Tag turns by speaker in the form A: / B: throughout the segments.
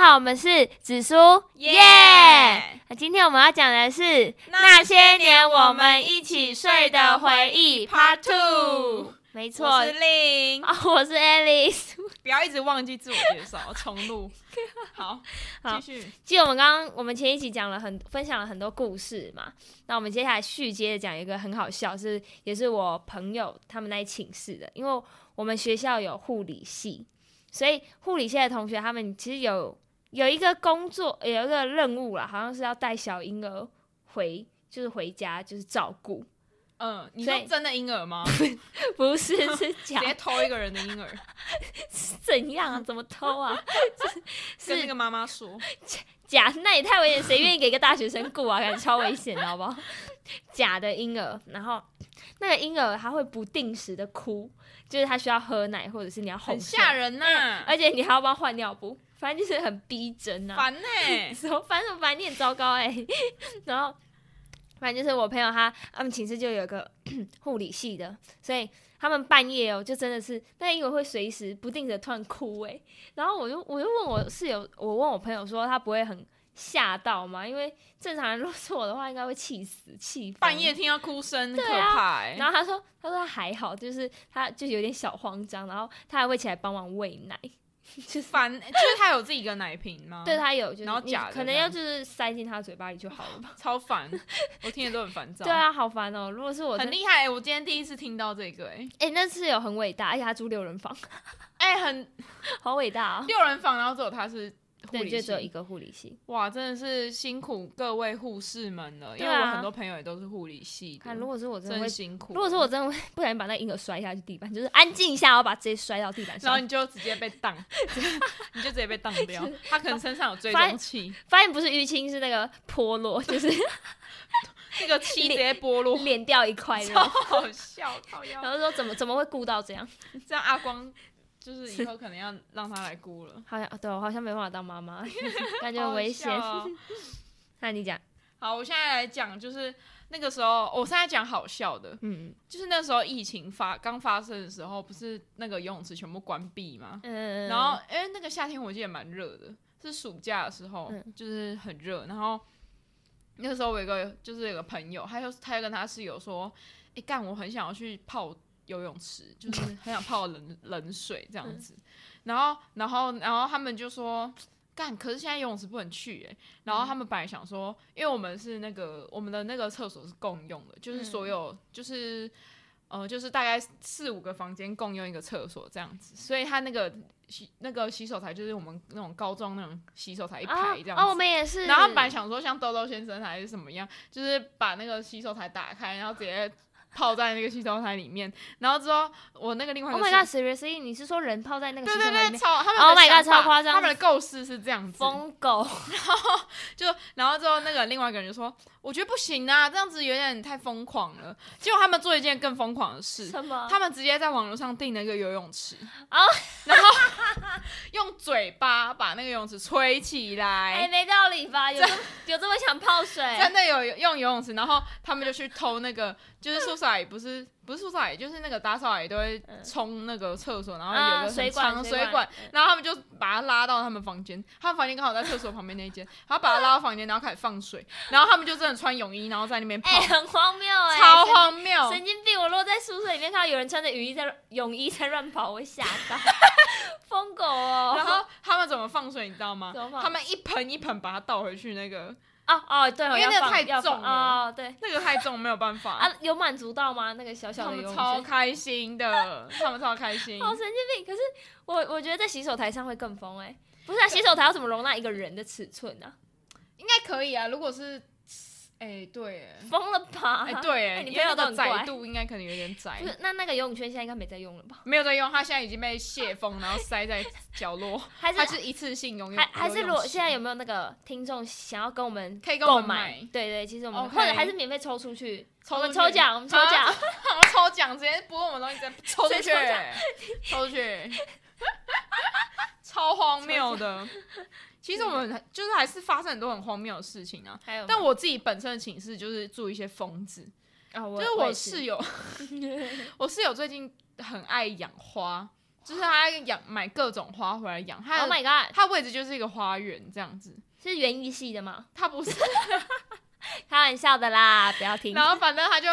A: 好，我们是紫苏，耶、那今天我们要讲的是
B: 那
A: 些年
B: 我们一起睡的回
A: 忆
B: Part Two，
A: 没错，
B: 我是令，
A: 啊，我是 Alice。
B: 不要一直忘记自我 介绍，重录。好，
A: 好
B: 继续。
A: 记得我们刚刚我们前一集讲了很分享了很多故事嘛，那我们接下来续接着讲一个很好笑，是也是我朋友他们那里寝室的，因为我们学校有护理系，所以护理系的同学他们其实有有一个工作，呃有一个任务啦，好像是要带小婴儿回。就是回家就是照顾，
B: 嗯，你
A: 所以
B: 说真的婴儿吗？
A: 不是是
B: 直
A: 假
B: 接偷一个人的婴儿，
A: 是 怎样啊？怎么偷啊？ 是
B: 跟那个妈妈说，
A: 假，那也太危险，谁愿意给一个大学生雇啊？感觉超危险的，好不好？ 假的婴儿，然后那个婴儿他会不定时的哭，就是他需要喝奶，或者是你要哄
B: 很
A: 睡
B: 吓，人呐、
A: 而且你还要帮他换尿布，反正就是很逼真啊。
B: 烦呢、
A: 什么反正么反，你很糟糕哎、 然后反正就是我朋友他他们寝室就有一个 护理系的，所以他们半夜哦，就真的是那因为会随时不定的突然哭哎、然后我就我就问我室友，我问我朋友说他不会很吓到吗？因为正常人如果是我的话，应该会气死气疯
B: 半夜。听到哭声，
A: 对
B: 可
A: 啊
B: 怕欸、
A: 然后他说：“他说他还好，就是他就有点小慌张，然后他还会起来帮忙喂奶，就是
B: 烦、就是他有自己一个奶瓶吗？
A: 对，啊他有就是
B: 嗯然后
A: 你
B: 假的
A: 可能
B: 这样
A: 要就是塞进他嘴巴里就好了吧。”
B: 超烦，我听着都很烦躁。
A: 对，啊，好烦哦、如果是我真
B: 很
A: 的，
B: 厉害欸、我今天第一次听到这个、欸，
A: 哎、那室友很伟大，而且他住六人房，
B: 哎、很
A: 好伟大啊、
B: 六人房，然后只有他是护
A: 对，就
B: 理
A: 只有一
B: 系，
A: 个护理系。
B: 哇，真的是辛苦各位护士们了，因
A: 对
B: 为
A: 啊
B: 我很多朋友也都是护理系的，
A: 看，如果是嗯我真的
B: 真
A: 会，
B: 辛苦。
A: 如果是我，真的会不小心把那婴儿摔下去地板，就是安静一下，我把直接摔到地板
B: 然后
A: 上，
B: 你就直接被 当， 你就直接被当掉。他可能身上有追
A: 发
B: 踪器，
A: 发现不是淤青，是那个剥落，就是
B: 这个漆直接剥落，
A: 脸掉一块肉
B: 超。好笑，靠腰
A: 然后说怎么怎么会顾到这样？
B: 这样阿光就是以后可能要让他来估了，
A: 好像对我好像没办法当妈妈， 感觉
B: 好
A: 很
B: 好
A: 危
B: 笑
A: 险。
B: 哦
A: 那你讲，
B: 好，我现在来讲，就是那个时候，我现在讲好笑的，
A: 嗯
B: 就是那时候疫情发刚发生的时候，不是那个游泳池全部关闭吗？
A: 嗯，
B: 然后，因为那个夏天我记得蛮热的，是暑假的时候，
A: 嗯
B: 就是很热。然后那个时候我有一个就是有个朋友，他就他就跟他室友说：“哎、干，我很想要去泡游泳池，就是很想泡冷冷水这
A: 嗯
B: 样子。然后，然后，然后他们就说。干，可是现在游泳池不能去哎、然
A: 嗯
B: 后他们本来想说，因为我们是那个我们的那个厕所是共用的，就是所有、
A: 嗯
B: 就是呃，就是大概四五个房间共用一个厕所这样子，所以他那个洗那个洗手台就是我们那种高中那种洗手台一
A: 啊
B: 排这样子。
A: 哦，我们也是。
B: 然后他本来想说像豆豆先生还是什么样，就是把那个洗手台打开，然后直接泡在那个洗手台里面。然后之后我那个另外一
A: Oh
B: 个
A: my
B: 室
A: god，seriously，你是说人泡在那个
B: 对
A: 洗手盆里
B: 对
A: 面
B: 对，超他们
A: Oh
B: 的
A: my god，
B: 想法
A: 超夸张
B: 他们的构思是这样子。
A: 疯狗？
B: 就然后之后那个另外一个人就说，我觉得不行啊，这样子有点太疯狂了。结果他们做一件更疯狂的事，
A: 什么？
B: 他们直接在网络上订了一个游泳池，
A: 哦
B: 然后用嘴巴把那个游泳池吹起
A: 哎、
B: 来。
A: 没道理吧？有这 么有这么想泡水？
B: 真的有用游泳池，然后他们就去偷那个，就是宿舍阿姨不是不是宿舍阿姨，就是那个打扫阿姨都会
A: 嗯
B: 冲那个厕所，然后有
A: 啊，
B: 一个
A: 水
B: 很
A: 管
B: 长的水管，，然后他们就把它拉到他们房间，他们房间刚好在厕所旁边那一间，然后把它拉到房间，然后开始放水，然后他们就真的穿泳衣，然后在那边泡
A: 哎、，很荒谬哎、
B: 超荒谬，
A: 神经病！我如果在宿舍里面看到有人穿着雨衣在泳衣在乱跑，我会吓到，疯狗哦！
B: 然后他们怎么放水，你知道吗
A: 怎么？放
B: 他们一盆一盆把它倒回去，那个
A: 哦哦，对，
B: 因为
A: 要
B: 那个
A: 放
B: 太
A: 要放
B: 重了
A: 哦，对
B: 那个太重，没有办法。
A: 啊，有满足到吗？那个小小
B: 他
A: 的游
B: 们
A: 泳
B: 超
A: 圈。哦
B: 开心的，他们超开心。
A: 好神经病！可是我我觉得在洗手台上会更疯哎、不是啊，洗手台要怎么容纳一个人的尺寸啊呢、
B: 应该可以啊，如果是，哎、对耶，
A: 啊？疯了吧？
B: 哎、对耶，
A: 哎你
B: 因为
A: 朋友
B: 那
A: 都
B: 个
A: 很乖
B: 窄度应该可能有点窄
A: 不，是，那那个游泳圈现在应该没在用了吧？
B: 没有在用，他现在已经被泄风，然后塞在角落，
A: 还是
B: 它是一次性嗯拥有。
A: 还还是
B: 游
A: 如
B: 泳
A: 果
B: 池
A: 现在有没有那个听众想要跟我们
B: 可以跟我
A: 购
B: 们买，
A: 对对，其实我们
B: OK
A: 或者还是免费抽出去，
B: 抽
A: 我们
B: 出
A: 抽
B: 去
A: 奖，我们抽奖，
B: 我抽奖，直接不问我们东西，直接抽出
A: 直
B: 去
A: 接抽奖，
B: 抽出去，超荒谬的。其实我们就是还是发生很多很荒谬的事情啊。
A: 还有吗，
B: 但我自己本身的寝室就是住一些疯子，
A: 啊，
B: 就
A: 我
B: 是
A: 我
B: 我
A: 也
B: 室友，我室友最近很爱养花，就是他养买各种花回来养，他
A: ，Oh my god，
B: 他位置就是一个花园这样子，
A: 是园艺系的吗？
B: 他不是，
A: 开玩笑的啦，不要听。
B: 然后反正他就，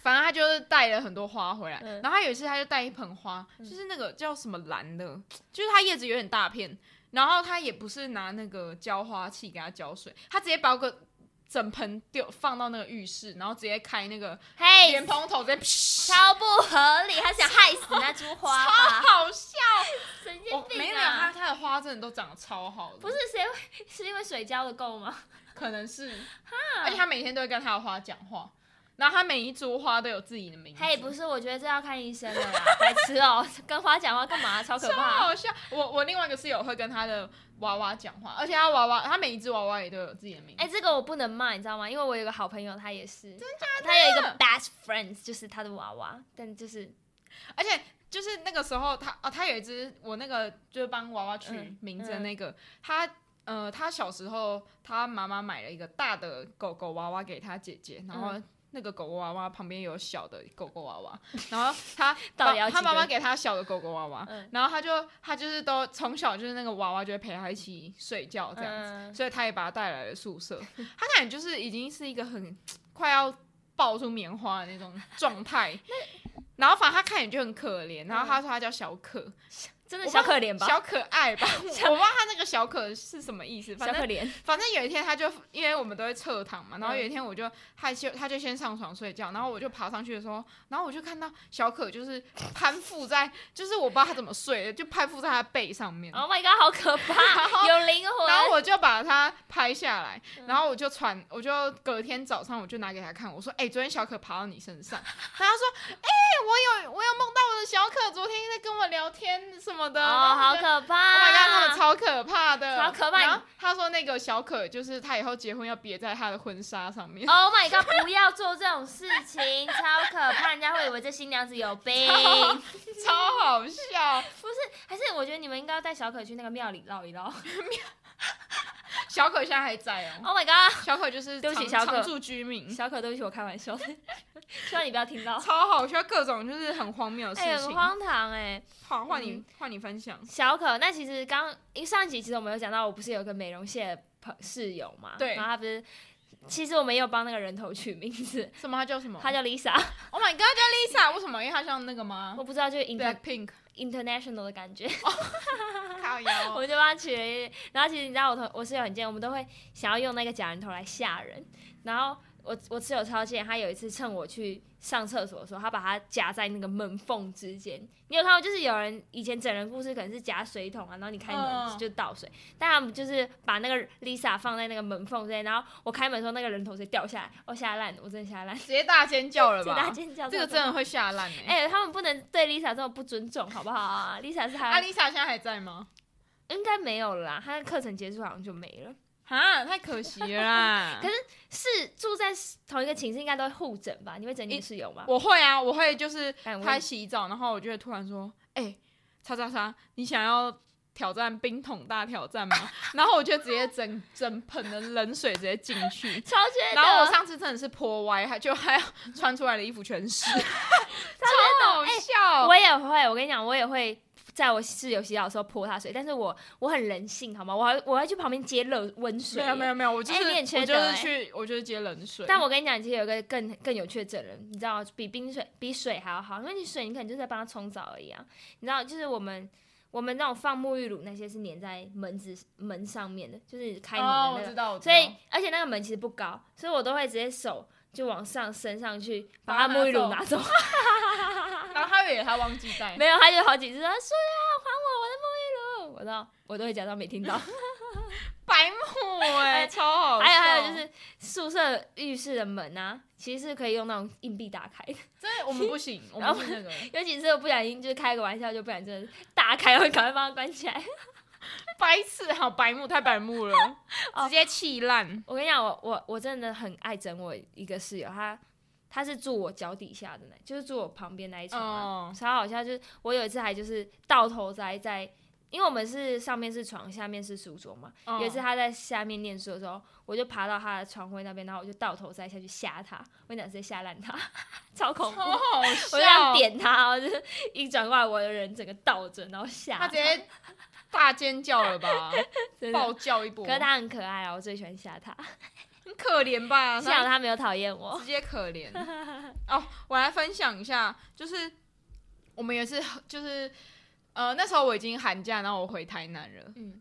B: 反正他就是带了很多花回来，
A: 嗯
B: 然后他有一次他就带一盆花，就是那个叫什么兰的，就是它叶子有点大片，然后他也不是拿那个浇花器给它浇水，他直接把个整盆丢放到那个浴室，然后直接开那个
A: 嘿
B: 莲蓬头直接噗，
A: 哎超不合理，他想害死那株花吧？
B: 好笑，
A: 神
B: 我
A: 经
B: 没
A: 病
B: 有他
A: 啊！
B: 他的花真的都长得超好的，
A: 不是谁会是因为水浇的够吗？
B: 可能是，而且他每天都会跟他的花讲话，然后他每一株花都有自己的名字。
A: 嘿，不是，我觉得这要看医生了啦，白痴哦、跟花讲话干嘛？超可
B: 超
A: 怕！
B: 好笑！我我另外一个室友会跟他的娃娃讲话，而且他娃娃，他每一只娃娃也都有自己的名字。
A: 哎、这个我不能骂，你知道吗？因为我有一个好朋友，他也是，真的，他有一个 best friends，就是他的娃娃，但就是
B: 而且就是那个时候他，哦，他有一只我那个就是帮娃娃取
A: 嗯
B: 名字的那个，他呃，他小时候他妈妈买了一个大的狗狗娃娃给他姐
A: 嗯
B: 姐，然后。那个狗狗娃娃旁边有小的狗狗娃 娃，然后他
A: 到底要几
B: 他妈妈
A: 个
B: 给他小的狗狗娃娃，
A: 嗯
B: 然后他就他就是都从小就是那个娃娃就会陪他一起睡觉哦这样子，
A: 嗯
B: 所以他也把他带来了宿舍。 他感觉就是已经是一个很快要爆出棉花的那种 状态。然后反正他看起来就很可怜，然后他说他叫小可，
A: 真
B: 我
A: 的
B: 不
A: 小可怜吧，
B: 小可 爱吧，我不知道他那个小可是什么意思。
A: 小
B: 反
A: 可
B: 正
A: 怜，
B: 反正有一天他就，因为我们都会侧躺嘛，然后
A: 嗯
B: 有一天我就害羞，他就先上床睡觉，然后我就爬上去的时候，然后我就看到小可就是攀附在，就是我不知道他怎么睡的，就攀附在他背上面。
A: Oh my god，好可 怕，有灵魂。
B: 然后我就把它拍下来，
A: 嗯
B: 然后我就传，我就隔天早上我就拿给他看，我说：“哎、昨天小可爬到你身上。”然后他说：“哎、我有我有梦到我的小可昨天在跟我聊天什么的。
A: 哦，好
B: 怕！
A: 可怕！
B: Oh my god，他们超可怕的，
A: 超可怕
B: 然后他说那个小可就是他以后结婚要别在他的婚纱上面，
A: Oh my god！不要做这种事情，超可怕，人家会以为这新娘子有病。
B: 超好笑。
A: 还是我觉得你们应该要带小可去那个庙里绕一绕。Oh
B: 小可现在还在哦，
A: my god！
B: 小可就是
A: 对不起
B: 常
A: 小可
B: 常住居民，
A: 小可，对不起，我开玩笑 的，希望你不要听到。
B: 嗯超好笑，各种就是很荒谬的
A: 哎、
B: 事
A: 很
B: 情。
A: 荒唐哎、
B: 好，换你
A: 嗯
B: 换你分享。
A: 小可，那其实刚因上一集其实我们有讲到，我不是有个美容系的朋室友嘛，
B: 对
A: 然后他不是，其实我们也有帮那个人头取名字，
B: 什么？他叫什么？
A: 他叫 Lisa，
B: Oh my god，叫 Lisa，为什么？因为她像那个吗
A: 我不知道就是 inter
B: ？Black Pink，
A: international 的感觉，
B: 靠腰。
A: 我就帮他取了一。然后其实你知道我同我室友很贱，我们都会想要用那个假人头来吓人。然后我我室友超贱，他有一次趁我去上厕所的时候，他把它夹在那个门缝之间。你有看过就是有人以前整人故事可能是夹水桶啊，然后你开门
B: 嗯
A: 就倒水，但他们就是把那个 Lisa 放在那个门缝之间，然后我开门的时候那个人头直接掉下来，我、吓烂，我真的吓烂，
B: 直接大尖叫了
A: 这大
B: 吧？
A: 尖叫，
B: 这个真的。会吓烂哎。
A: 哎、他们不能对 Lisa 这么不尊重，好不好啊？Lisa 是
B: 啊
A: 他，
B: ，Lisa 现在还在吗？
A: 应该没有了啦，他的课程结束好像就没了。
B: 啊，太 可惜了啦。
A: 可是是住在同一个寝室，应该都会互整吧？你会整你的室友吗？
B: 我会啊，我会就是
A: 敢问
B: 她洗澡，然后我就会突然说，哎，叉叉叉，你想要？挑战冰桶大挑战吗？ 然后我就直接整整盆的冷水直接进 去，
A: 超缺德！
B: 然后我上次真的是泼歪，还就还有穿出来的衣服全湿，
A: 超
B: 好笑。哦
A: 我也会，我跟你讲，我也会在我室友洗澡的时候泼他水，但是我我很人性，好吗？我还我还去旁边接热温水。
B: 没有没
A: 有。
B: 有没有，我就
A: 哎
B: 是、
A: 你很缺
B: 我就
A: 德
B: 是
A: 哎
B: 去我就是接冷水，
A: 但我跟你讲，其实有一个更更有趣的整人，你知道，比冰水比水还要好，因为你水你可能就是在帮他冲澡而已啊。你知道，就是我们我们那种放沐浴乳那些是粘在门子门上面的，就是开门的那
B: 哦，
A: 个。
B: 我知道，我知
A: 所
B: 道
A: 以而且那个门其实不高，所以我都会直接手就往上升上去，把他沐浴乳拿走。
B: 然后啊他以为他忘记 带，
A: 没有，他就好几次说：“啊苏呀，还我我的沐浴乳！”我都我都会假装没听到。
B: 白目哎、
A: 哎
B: 超好笑。
A: 还有还有就是宿舍浴室的门啊，其实是可以用那种硬币打开的。
B: 真的我们不行，我
A: 然
B: 们
A: 后
B: 是那个
A: 有几次我不小心就是开个玩笑，就不然真的是打开，我赶快帮他关起来。
B: 白痴，好白目，太白目了，
A: 哦
B: 直接气 烂。
A: 我跟你讲，我我我真的很爱整我一个室友，他他是住我脚底下的那，就是住我旁边那一床啊。
B: 哦，
A: 超好笑，就是我有一次还就是倒头栽在因为我们是上面是床，下面是书桌嘛。
B: 嗯
A: 有一次他在下面念书的时候，我就爬到他的床位那边，然后我就倒头栽下去吓他，我想直接吓烂他， 超恐怖。
B: 好好笑，
A: 我这样，点他，我就是一转过来，我的人整个倒着，然后吓
B: 他直接大尖叫了 吧，
A: 真的
B: 暴叫一波，
A: 可是他很可爱啊，我最喜欢吓他，
B: 很可怜吧？
A: 幸好
B: 他
A: 他没有讨厌 我。
B: 直接可怜。哦，我来分享一下，就是我们也是，就是呃那时候我已经寒假，然后我回台南了。
A: 嗯，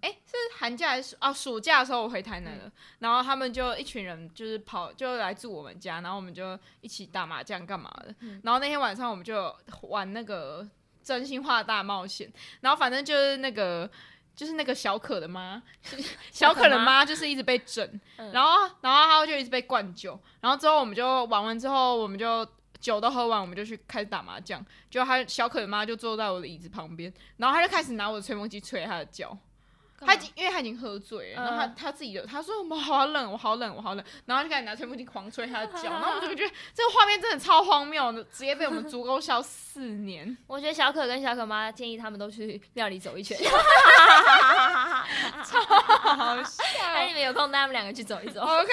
B: 寒假还是啊暑假的时候我回台南了，然后他们就一群人就是跑就来住我们家，然后我们就一起打麻将干嘛的。
A: 嗯
B: 然后那天晚上我们就玩那个真心话大冒险，然后反正就是那个。就是那个小可的妈， 小可的妈就是一直被整，
A: 嗯
B: 然后然后她就一直被灌酒，然后之后我们就玩完之后，我们就酒都喝完，我们就去开始打麻将，就她小可的妈就坐在我的椅子旁边，然后她就开始拿我的吹风机吹她的脚，他已经因为他已经喝醉了，然后他、
A: 嗯
B: 他自己就他说我好冷，我好冷，我好冷，然后就开始拿吹风机狂吹他的脚，然后我 就觉得这个画面真的超荒谬的，直接被我们足够笑四年。
A: 我觉得小可跟小可妈建议他们都去庙里走一圈，
B: 啊 好笑
A: 那你们有 空带他们两个去走一走。
B: OK，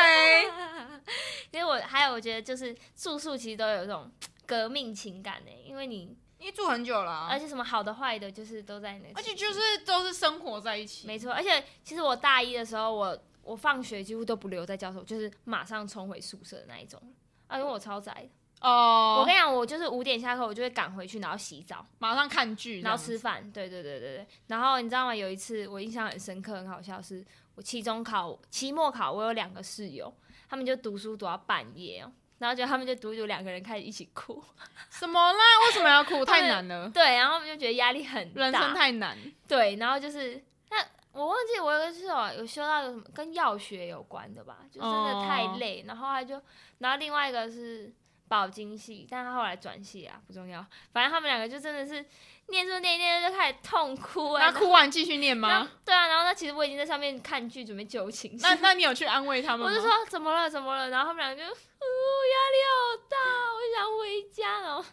A: 因为我还有我觉得就是住宿其实都有这种革命情感呢、因为你、
B: 你住很久了啊、
A: 而且什么好的坏的，就是都在那个
B: 而且
A: 宿
B: 就
A: 舍
B: 是都是生活在一起，
A: 没错，而且其实我大一的时候，我我放学几乎都不留在教室，我就是马上冲回宿舍的那一种。啊，因为我超宅的，我
B: 哦、
A: 跟你讲，我就是五点下课，我就会赶回去，然后洗澡，
B: 马上看剧，
A: 然后吃饭。对对对对对。然后你知道吗？有一次我印象很深刻，很好笑是，我期中考、期末考，我有两个室友，他们就读书读到半夜哦，然后就他们就读一读，两个人开始一起哭。
B: 什么啦？为什么要哭？
A: 他们
B: 太难了，
A: 对，然后我们就觉得压力很大，
B: 人生太难。
A: 对，然后就是那我忘记我有个室友有修到有什么跟药学有关的吧，就真的
B: 哦
A: 太累，然后他就，然后另外一个是保精系，但他后来转系啊，不重要，反正他们两个就真的是念书念一念就开始痛哭哎、
B: 那
A: 欸，
B: 哭完继续念
A: 然后
B: 吗？？
A: 对啊，然后那其实我已经在上面看剧准备救情绪
B: 那那你有去安慰他们
A: 我
B: 吗？
A: 就说怎么了怎么了，然后他们两个就，呜、哦压力好大，我想回家，然后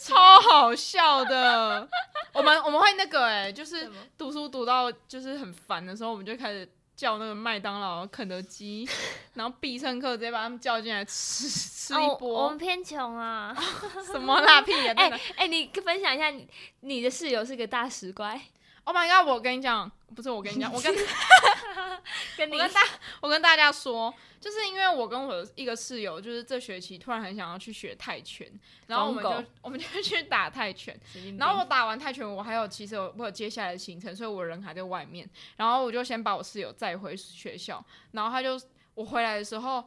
B: 超好笑的。我们我们会那个哎、就是
A: 什么
B: 读书读到就是很烦的时候，我们就开始叫那个麦当劳、肯德 基，然后必胜客直接把他们叫进来吃吃
A: 啊
B: 一
A: 我我
B: 波。
A: 们偏穷啊，
B: 什么啦屁呀、
A: 哎
B: 真
A: 哎
B: 的、
A: 你分享一下你你的室友是个大石 乖，
B: o h Oh my god！我跟你讲，不是我跟 你讲，我跟
A: 跟你
B: 我跟 大我跟大家说，就是因为我跟我的一个室友，就是这学期突然很想要去学泰拳，然后我们
A: 疯
B: 就
A: 狗
B: 我们就去打泰拳，然
A: 然
B: 后
A: 后
B: 我打完泰拳，我还有其实有我有接下来的行程，所以我人还在外面。然后我就先把我室友载回学校，然后他就我回来的时候，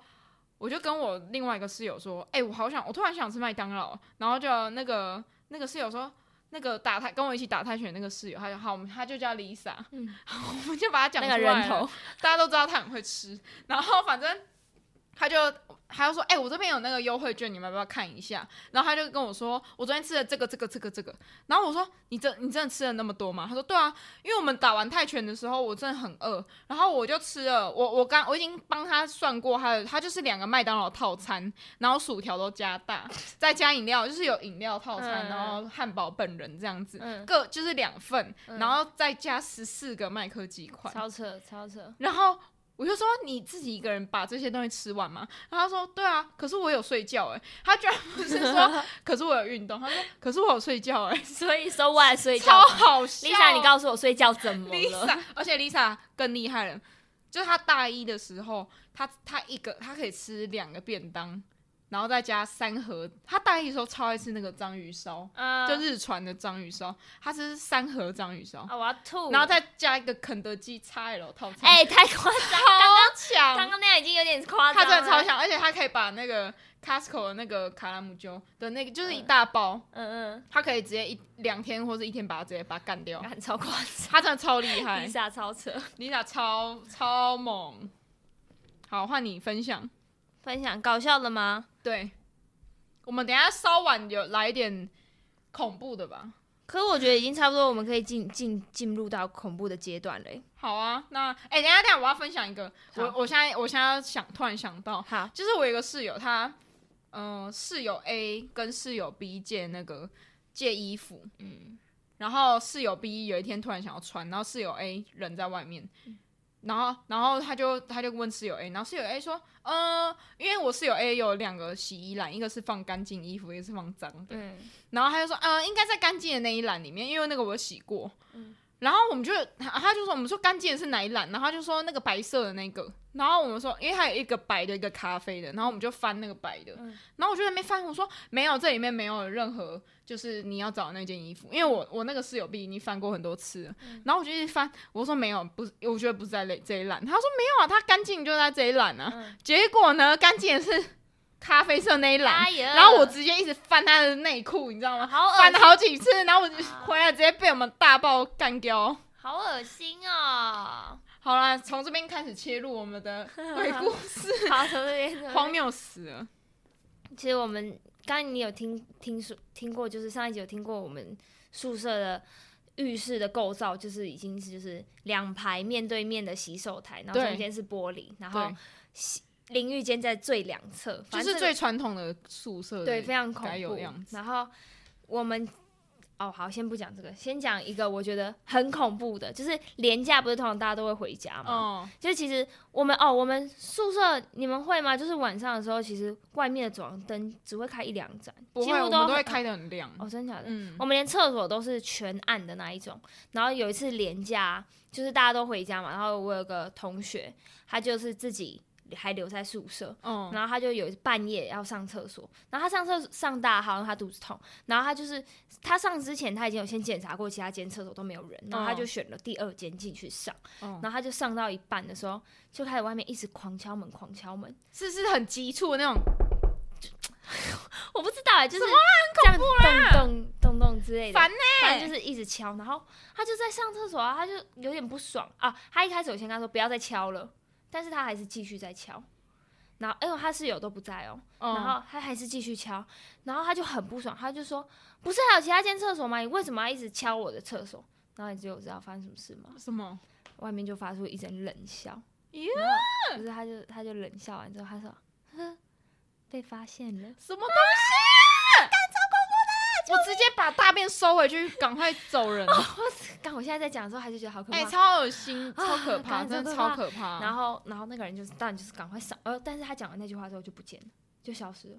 B: 我就跟我另外一个室友说：“哎、我好想，我突然想吃麦当劳。”然后就那个那个室友说。那个打泰跟我一起打泰拳的那个室友，他就好，我们他就叫 Lisa，、
A: 嗯
B: 我们就把他讲
A: 那
B: 出
A: 个
B: 来了
A: 人头，
B: 大家都知道他很会吃。 然后反正他就他就说：“哎、我这边有那个优惠券，你们要不要看一下？”然后他就跟我说：“我昨天吃了这个、这个、这个、这个。”然后我说：“你真你真的吃了那么多吗？”他说：“对啊，因为我们打完泰拳的时候，我真的很饿，然后我就吃了。我我刚我已经帮他算过他的，他就是两个麦当劳套餐，然后薯条都加大，再加饮料，就是有饮料套餐，
A: 嗯
B: 然后汉堡本人这样子，
A: 嗯，
B: 各就是两份，
A: 嗯
B: 然后再加十四个麦克鸡块，
A: 超扯超扯，
B: 然后我就说你自己一个人把这些东西吃完吗？然后他说对啊，可是我有睡觉哎、他居然不是 说可是我有运动，他说可是我有睡觉哎、
A: 所以 so what 睡
B: 超
A: 觉
B: 好笑。
A: ，Lisa 你告诉我睡觉怎么了？
B: Lisa，而且 Lisa 更厉害了，就是她大一的时候，她她一个她可以吃两个便当，然后再加三盒。她大一的时候超爱吃那个章鱼烧，
A: 嗯
B: 就日传的章鱼烧，她吃三盒章鱼烧，
A: 啊我要吐，
B: 然后再加一个肯德基 XL 套 餐，
A: 哎太夸张，
B: 超强，
A: 刚刚那样已经有点夸
B: 他
A: 张，
B: 真的超，强，而且他可以把那个 Costco 的那个卡拉姆鸠的那个，就是一大包，
A: 嗯
B: 他可以直接一两天或者一天把它直接把它干掉
A: 嗯，。很超夸张
B: 他真的超厉害
A: ，Lisa 超扯，
B: ，Lisa 超超猛。好，换你分享。
A: 分享搞笑的吗？
B: 对，我们等一下稍晚有来一点恐怖的吧。
A: 可是我觉得已经差不多，我们可以进进进入到恐怖的阶段嘞。
B: 好啊，那哎、等一下等一下，我要分享一个，我
A: 好
B: 我现在我现在想突然想到，
A: 好，
B: 就是我有一个室友，他嗯、呃室友 A 跟室友 B 借那个借衣服，
A: 嗯，
B: 然后室友 B 有一天突然想要穿，然后室友 A 人在外面，然后然后他就他就问室友 A，然后室友 A 说，呃，因为我室友 A 有两个洗衣篮，一个是放干净衣服，一个是放脏的，
A: 嗯，
B: 然后他就说，呃，应该在干净的那一篮里面，因为那个我洗过。
A: 嗯
B: 然后我们就他他就说，我们说干净的是哪一篮，然后他就说那个白色的那个，然后我们说，因为还有一个白的，一个咖啡的，然后我们就翻那个白的，
A: 嗯
B: 然后我就在那边翻，我说没有，这里面没有任何就是你要找的那件衣服，因为我我那个室友 B 已经翻过很多次了，
A: 嗯
B: 然后我就一直翻，我说没有，不是，我觉得不是在这这一栏，他说没有啊，他干净就在这一栏啊，
A: 嗯
B: 结果呢，干净的是咖啡色那一栏，
A: 哎呀
B: 然后我直接一直翻他的内裤，你知道吗？
A: 好恶
B: 翻了
A: 心，
B: 好几次，然后我就
A: 啊
B: 回来直接被我们大爆干掉。
A: 好恶心哦！
B: 好啦，从这边开始切入我们的鬼故事，
A: 好，从这边
B: 荒谬死了。
A: 其实我们刚刚你有听听说听过，就是上一集有听过我们宿舍的浴室的构造，就是已经是就是两排面对面的洗手台，然后
B: 对
A: 中间是玻璃，然后
B: 对，
A: 淋浴间在最两侧，
B: 就
A: 反正
B: 是
A: 这
B: 最
A: 个
B: 传统的宿舍的
A: 对非常恐
B: 该有
A: 怖
B: 的样。子
A: 然后我们。哦，好，先不讲这个，先讲一个我觉得很恐怖的，就是廉价不是通常大家都会回家吗？
B: 哦，
A: 就其实我们哦，我们宿舍你们会吗？就是晚上的时候，其实外面的走廊灯只会开一两盏，
B: 不
A: 几
B: 会，
A: 乎
B: 我们都
A: 很
B: 会开的很亮。
A: 哦，真的假的？
B: 嗯，
A: 我们连厕所都是全暗的那一种。然后有一次连假，就是大家都回家嘛，然后我有个同学，他就是自己还留在宿舍，
B: 哦，
A: 然后他就有半夜要上厕所，然后他上厕所上大号，然后他肚子痛，然后他就是他上之前他已经有先检查过其他间厕所都没有人，然后他就选了第二间进去上，
B: 哦
A: 然后他就上到一半的时候，就开始外面一直狂敲门，狂敲门，
B: 是是很急促的那种，
A: 我不知道欸，就是这样动动动动之类的，
B: 烦呢、
A: 反正就是一直敲，然后他就在上厕所啊，他就有点不爽啊。他一开始有先跟他说不要再敲了，但是他还是继续在敲。然后，因为他室友都不在哦，
B: 哦
A: 然后他还是继续敲，然后他就很不爽，他就说：“不是还有其他间厕所吗？你为什么要一直敲我的厕所？”然后你就知道发生什么事吗？
B: 什么？
A: 外面就发出一阵冷笑，
B: 耶
A: 然后不是他就他就冷笑完之后，他说：“呵，被发现了。”
B: 什么东西、啊？我直接把大便收回去，赶快走人。
A: 哦刚我现在在讲的时候，还是觉得好可怕。
B: 哎、超恶心，
A: 啊
B: 超可怕，
A: 感觉
B: 真的
A: 超
B: 超
A: 可
B: 可怕。
A: 然后，然后那个人就是，当然就是赶快上，呃，但是他讲完那句话之后就不见了，就消失了。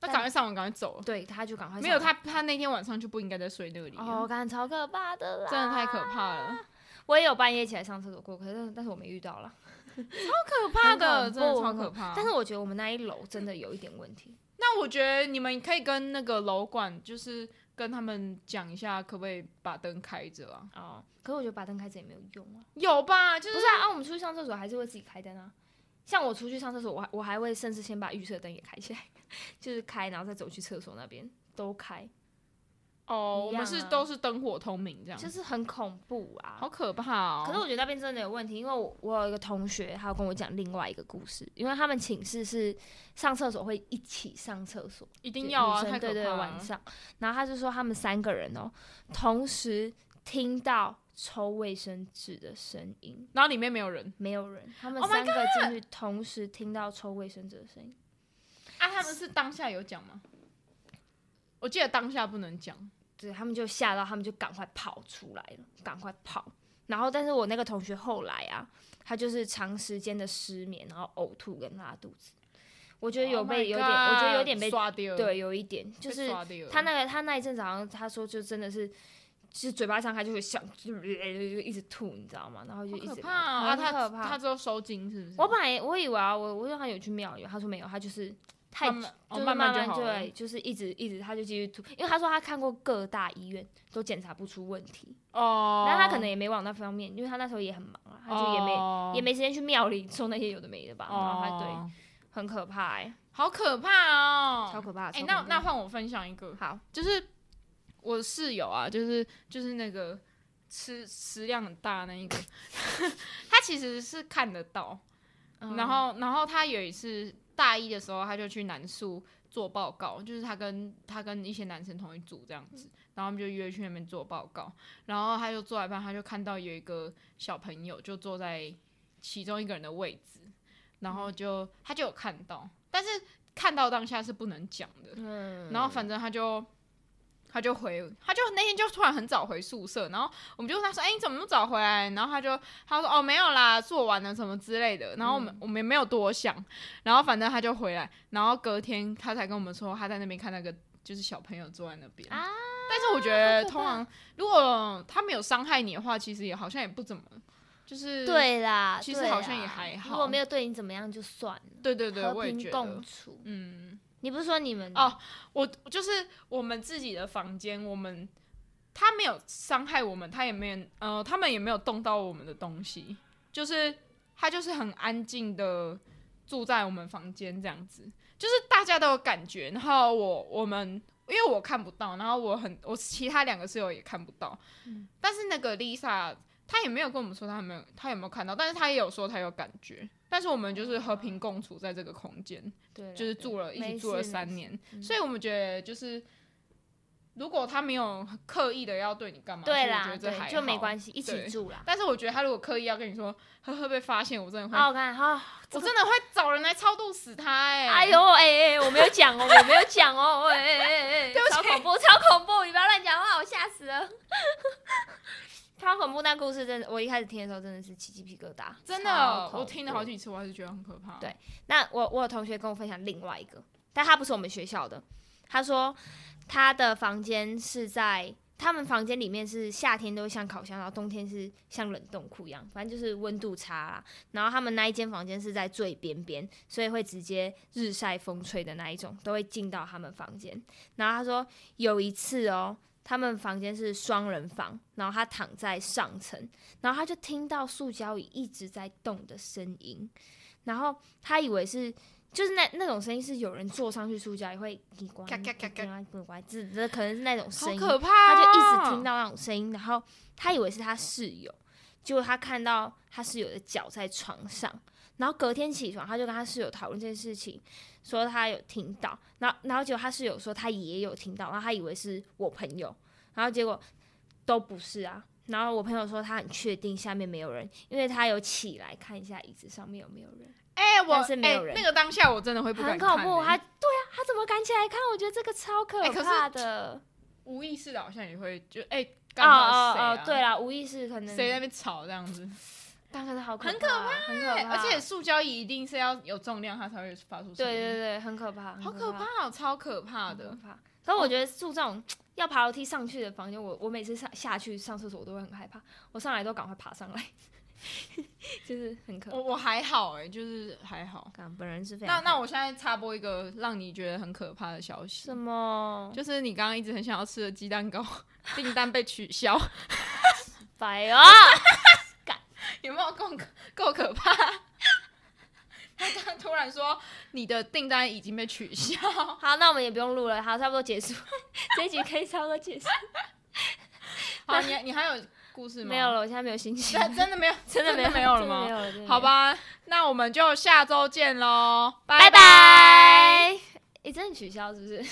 B: 他赶快上网，赶快走了。
A: 对，他就赶快
B: 没有
A: 上
B: 他，他那天晚上就不应该再睡那里了，
A: 哦，啊感觉超可怕的啦，
B: 真的太可怕了，
A: 我也有半夜起来上厕所过，可是但是我没遇到了，
B: 可怕的，
A: 很恐怖
B: 真的超可怕。
A: 但是我觉得我们那一楼真的有一点问题，
B: 那我觉得你们可以跟那个楼管，就是跟他们讲一下，可不可以把灯开着啊？
A: 哦，可是我觉得把灯开着也没有用啊，
B: 有吧？就
A: 不是啊，啊我们出去上厕所还是会自己开灯啊。像我出去上厕所，我还我还会甚至先把浴室的灯也开起来， 就是开，然后再走去厕所那边都开，
B: 哦，
A: 一样啊
B: 我们是都是灯火通明这样，
A: 就是很恐怖啊。
B: 好可怕哦。
A: 可是我觉得那边真的有问题，因为我我有一个同学，他有跟我讲另外一个故事，因为他们寝室是上厕所会一起上厕所，
B: 一定要啊，
A: 女
B: 太
A: 生
B: 可
A: 对对
B: 怕了。
A: 晚上，然后他就说他们三个人哦，同时听到抽卫生纸的声音，
B: 然后里面没有人
A: 没有人，他们
B: Oh my
A: 三个进去同时听到抽卫生纸的声音，
B: 啊，他们是当下有讲吗？我记得当下不能讲，
A: 对他们就吓到，他们就赶快跑出来了，赶快跑。然后，但是我那个同学后来啊，他就是长时间的失眠，然后呕吐跟拉肚子。我觉得有
B: Oh my
A: 被、有点，我觉得有点
B: God，
A: 被
B: 刷掉，
A: 对，有一点就
B: 被
A: 是
B: 刷掉了，
A: 他那个他那一阵子好像他说就真的是，就是嘴巴张开就会想就一直吐，你知道吗？然后就
B: 好
A: 一
B: 可
A: 直
B: 怕哦啊！
A: 很可
B: 他
A: 怕
B: 他之后收金是不是？
A: 我本来我以为啊，我我让他有去庙宇，他说没有，他就是太
B: 慢慢
A: 就
B: 哦
A: 是
B: 慢慢
A: 慢
B: 就好了
A: 对，就是一直一直他就继续吐，因为他说他看过各大医院都检查不出问题，
B: 哦，
A: 那、他可能也没往那方面，因为他那时候也很忙啊，他就也没、
B: 哦
A: 也没时间去庙里做那些有的没的吧，然后他对
B: 哦，
A: 很可怕哎、
B: 好可怕哦，
A: 超可怕，
B: 哎、
A: 超
B: 那
A: 恐怖
B: 那换我分享一个，
A: 好，
B: 就是我室友啊，就是就是那个吃食量很大那一个， 他其实是看得到，
A: 嗯
B: 然后然后他有一次大一的时候，他就去南宿做报告，就是他跟他跟一些男生同一组这样子，然后他们就约去那边做报告，然后他就做到一半，他就看到有一个小朋友就坐在其中一个人的位置，然后就他就有看到，但是看到当下是不能讲的，
A: 嗯
B: 然后反正他就他就回，他就那天就突然很早回宿舍，然后我们就问他说：“哎、你怎么那么早回来？”然后他就他说：“哦，没有啦，做完了什么之类的。”然后我
A: 嗯
B: 们、我们也没有多想，然后反正他就回来，然后隔天他才跟我们说他在那边看那个就是小朋友坐在那边
A: 啊
B: 但是我觉得
A: 好可怕
B: 通常如果他没有伤害你的话，其实也好像也不怎么，就是
A: 对啦，
B: 其实
A: 对啦
B: 好像也还好
A: 如果没有对你怎么样就算了，
B: 对对对，
A: 和
B: 我也
A: 平
B: 觉
A: 共
B: 得，
A: 处。
B: 嗯。
A: 你不是说你们
B: 哦我就是我们自己的房间，我们他没有伤害我们，他也没有呃，他们也没有动到我们的东西，就是他就是很安静的住在我们房间这样子，就是大家都有感觉。然后我我们因为我看不到，然后我很我其他两个室友也看不到，但是那个 Lisa 她也没有跟我们说她有没有她有没有看到，但是她也有说她有感觉。但是我们就是和平共处在这个空间，
A: 对啦，
B: 就是
A: 对
B: 住了一
A: 没
B: 起住
A: 事
B: 了
A: 没
B: 三
A: 事嗯
B: 年，所以我们觉得就是，如果他没有刻意的要对你干嘛，
A: 对
B: 所以我觉
A: 啦，
B: 得这还
A: 对，就没关
B: 系。
A: 系，一
B: 对
A: 起住啦。
B: 但是我觉得他如果刻意要跟你说，呵呵被发现，我真的会，
A: 啊，我看好，
B: 我真的会找人来超度死他、哎，
A: 哎呦，哎、哎、我没有讲哦，我没有讲哦，哎哎哎哎，
B: 对不
A: 超
B: 起
A: 恐怖，超恐怖，你不要乱讲话，我吓死 了。超恐怖，那故事真的，我一开始听的时候真的是起鸡皮疙瘩，
B: 真
A: 超
B: 的，哦
A: 恐
B: 我听了好
A: 怖
B: 几次，我还是觉得很可怕。
A: 对那我我有同学跟我分享另外一个，但他不是我们学校的，他说他的房间是在他们房间里面是夏天都会像烤箱，然后冬天是像冷冻库一样，反正就是温度差啦。然后他们那一间房间是在最边边，所以会直接日晒风吹的那一种，都会进到他们房间。然后他说有一次哦。他们房间是双人房，然后他躺在上层，然后他就听到塑胶椅一直在动的声音，然后他以为是就是那那种声音是有人坐上去塑胶也会叽呱
B: 咔
A: 叽
B: 咔咔咔
A: 呱叽呱，这这可能是那种声
B: 好
A: 音，
B: 可怕、
A: 他
B: 啊！
A: 就一直听，到那种声音，然后他以为是他室友，结果他看到他室友的脚在床上，然后隔天起床，他就跟他室友讨论这件事情，说他有听到，然后啊然后结果他室友说他也有听到，然后他以为是我朋友，然后结果都不是啊。然后我朋友说他很确定下面没有人，因为他有起来看一下椅子上面有没有人，
B: 哎、我
A: 但是没有
B: 哎
A: 人
B: 那个当下我真的会不
A: 很
B: 敢看、
A: 恐怖。
B: 哎
A: 他对啊，他怎么敢起来看？我觉得这个超可
B: 哎可是
A: 怕的。
B: 无意识的，好像也会就哎
A: 哦
B: 干到
A: 哦
B: 谁啊？
A: 哦，对啦，无意识可能
B: 谁在那边吵这样子？
A: 但可是好可
B: 很
A: 可怕，很可
B: 对，
A: 怕，
B: 而且塑胶椅一定是要有重量，它才会发出声
A: 啊对
B: 音。
A: 对对，很可怕，很
B: 好可
A: 可
B: 怕，哦，超可怕
A: 很
B: 的哦
A: 可。怕。可我觉得住这种要爬楼梯上去的房间，我我每次上下去上厕所我都会很害怕，我上来都赶快爬上来， 就是很可怕。
B: 我我还好哎、就是还好。
A: 看本人是非
B: 那
A: 常
B: 那我现在插播一个让你觉得很可怕的消息
A: 啊什，么
B: 就是你刚刚一直很想要吃的鸡蛋糕订单被取消，
A: 白啊？
B: 有没有够够可怕？ 他刚刚突然说你的订单已经被取消，
A: 好，那我们也不用录了，好，差不多结束，这一集可以差不多 结束。
B: 好，你你还有故事吗？啊
A: 没有，了，我现在没有心情，
B: 真真的没有，
A: 真的
B: 没
A: 有
B: 没有了
A: 真的没
B: 吗？
A: 有了真的没有了，
B: 好吧，那我们就下周见喽，
A: 拜
B: 拜
A: 拜。诶，真的取消是不是？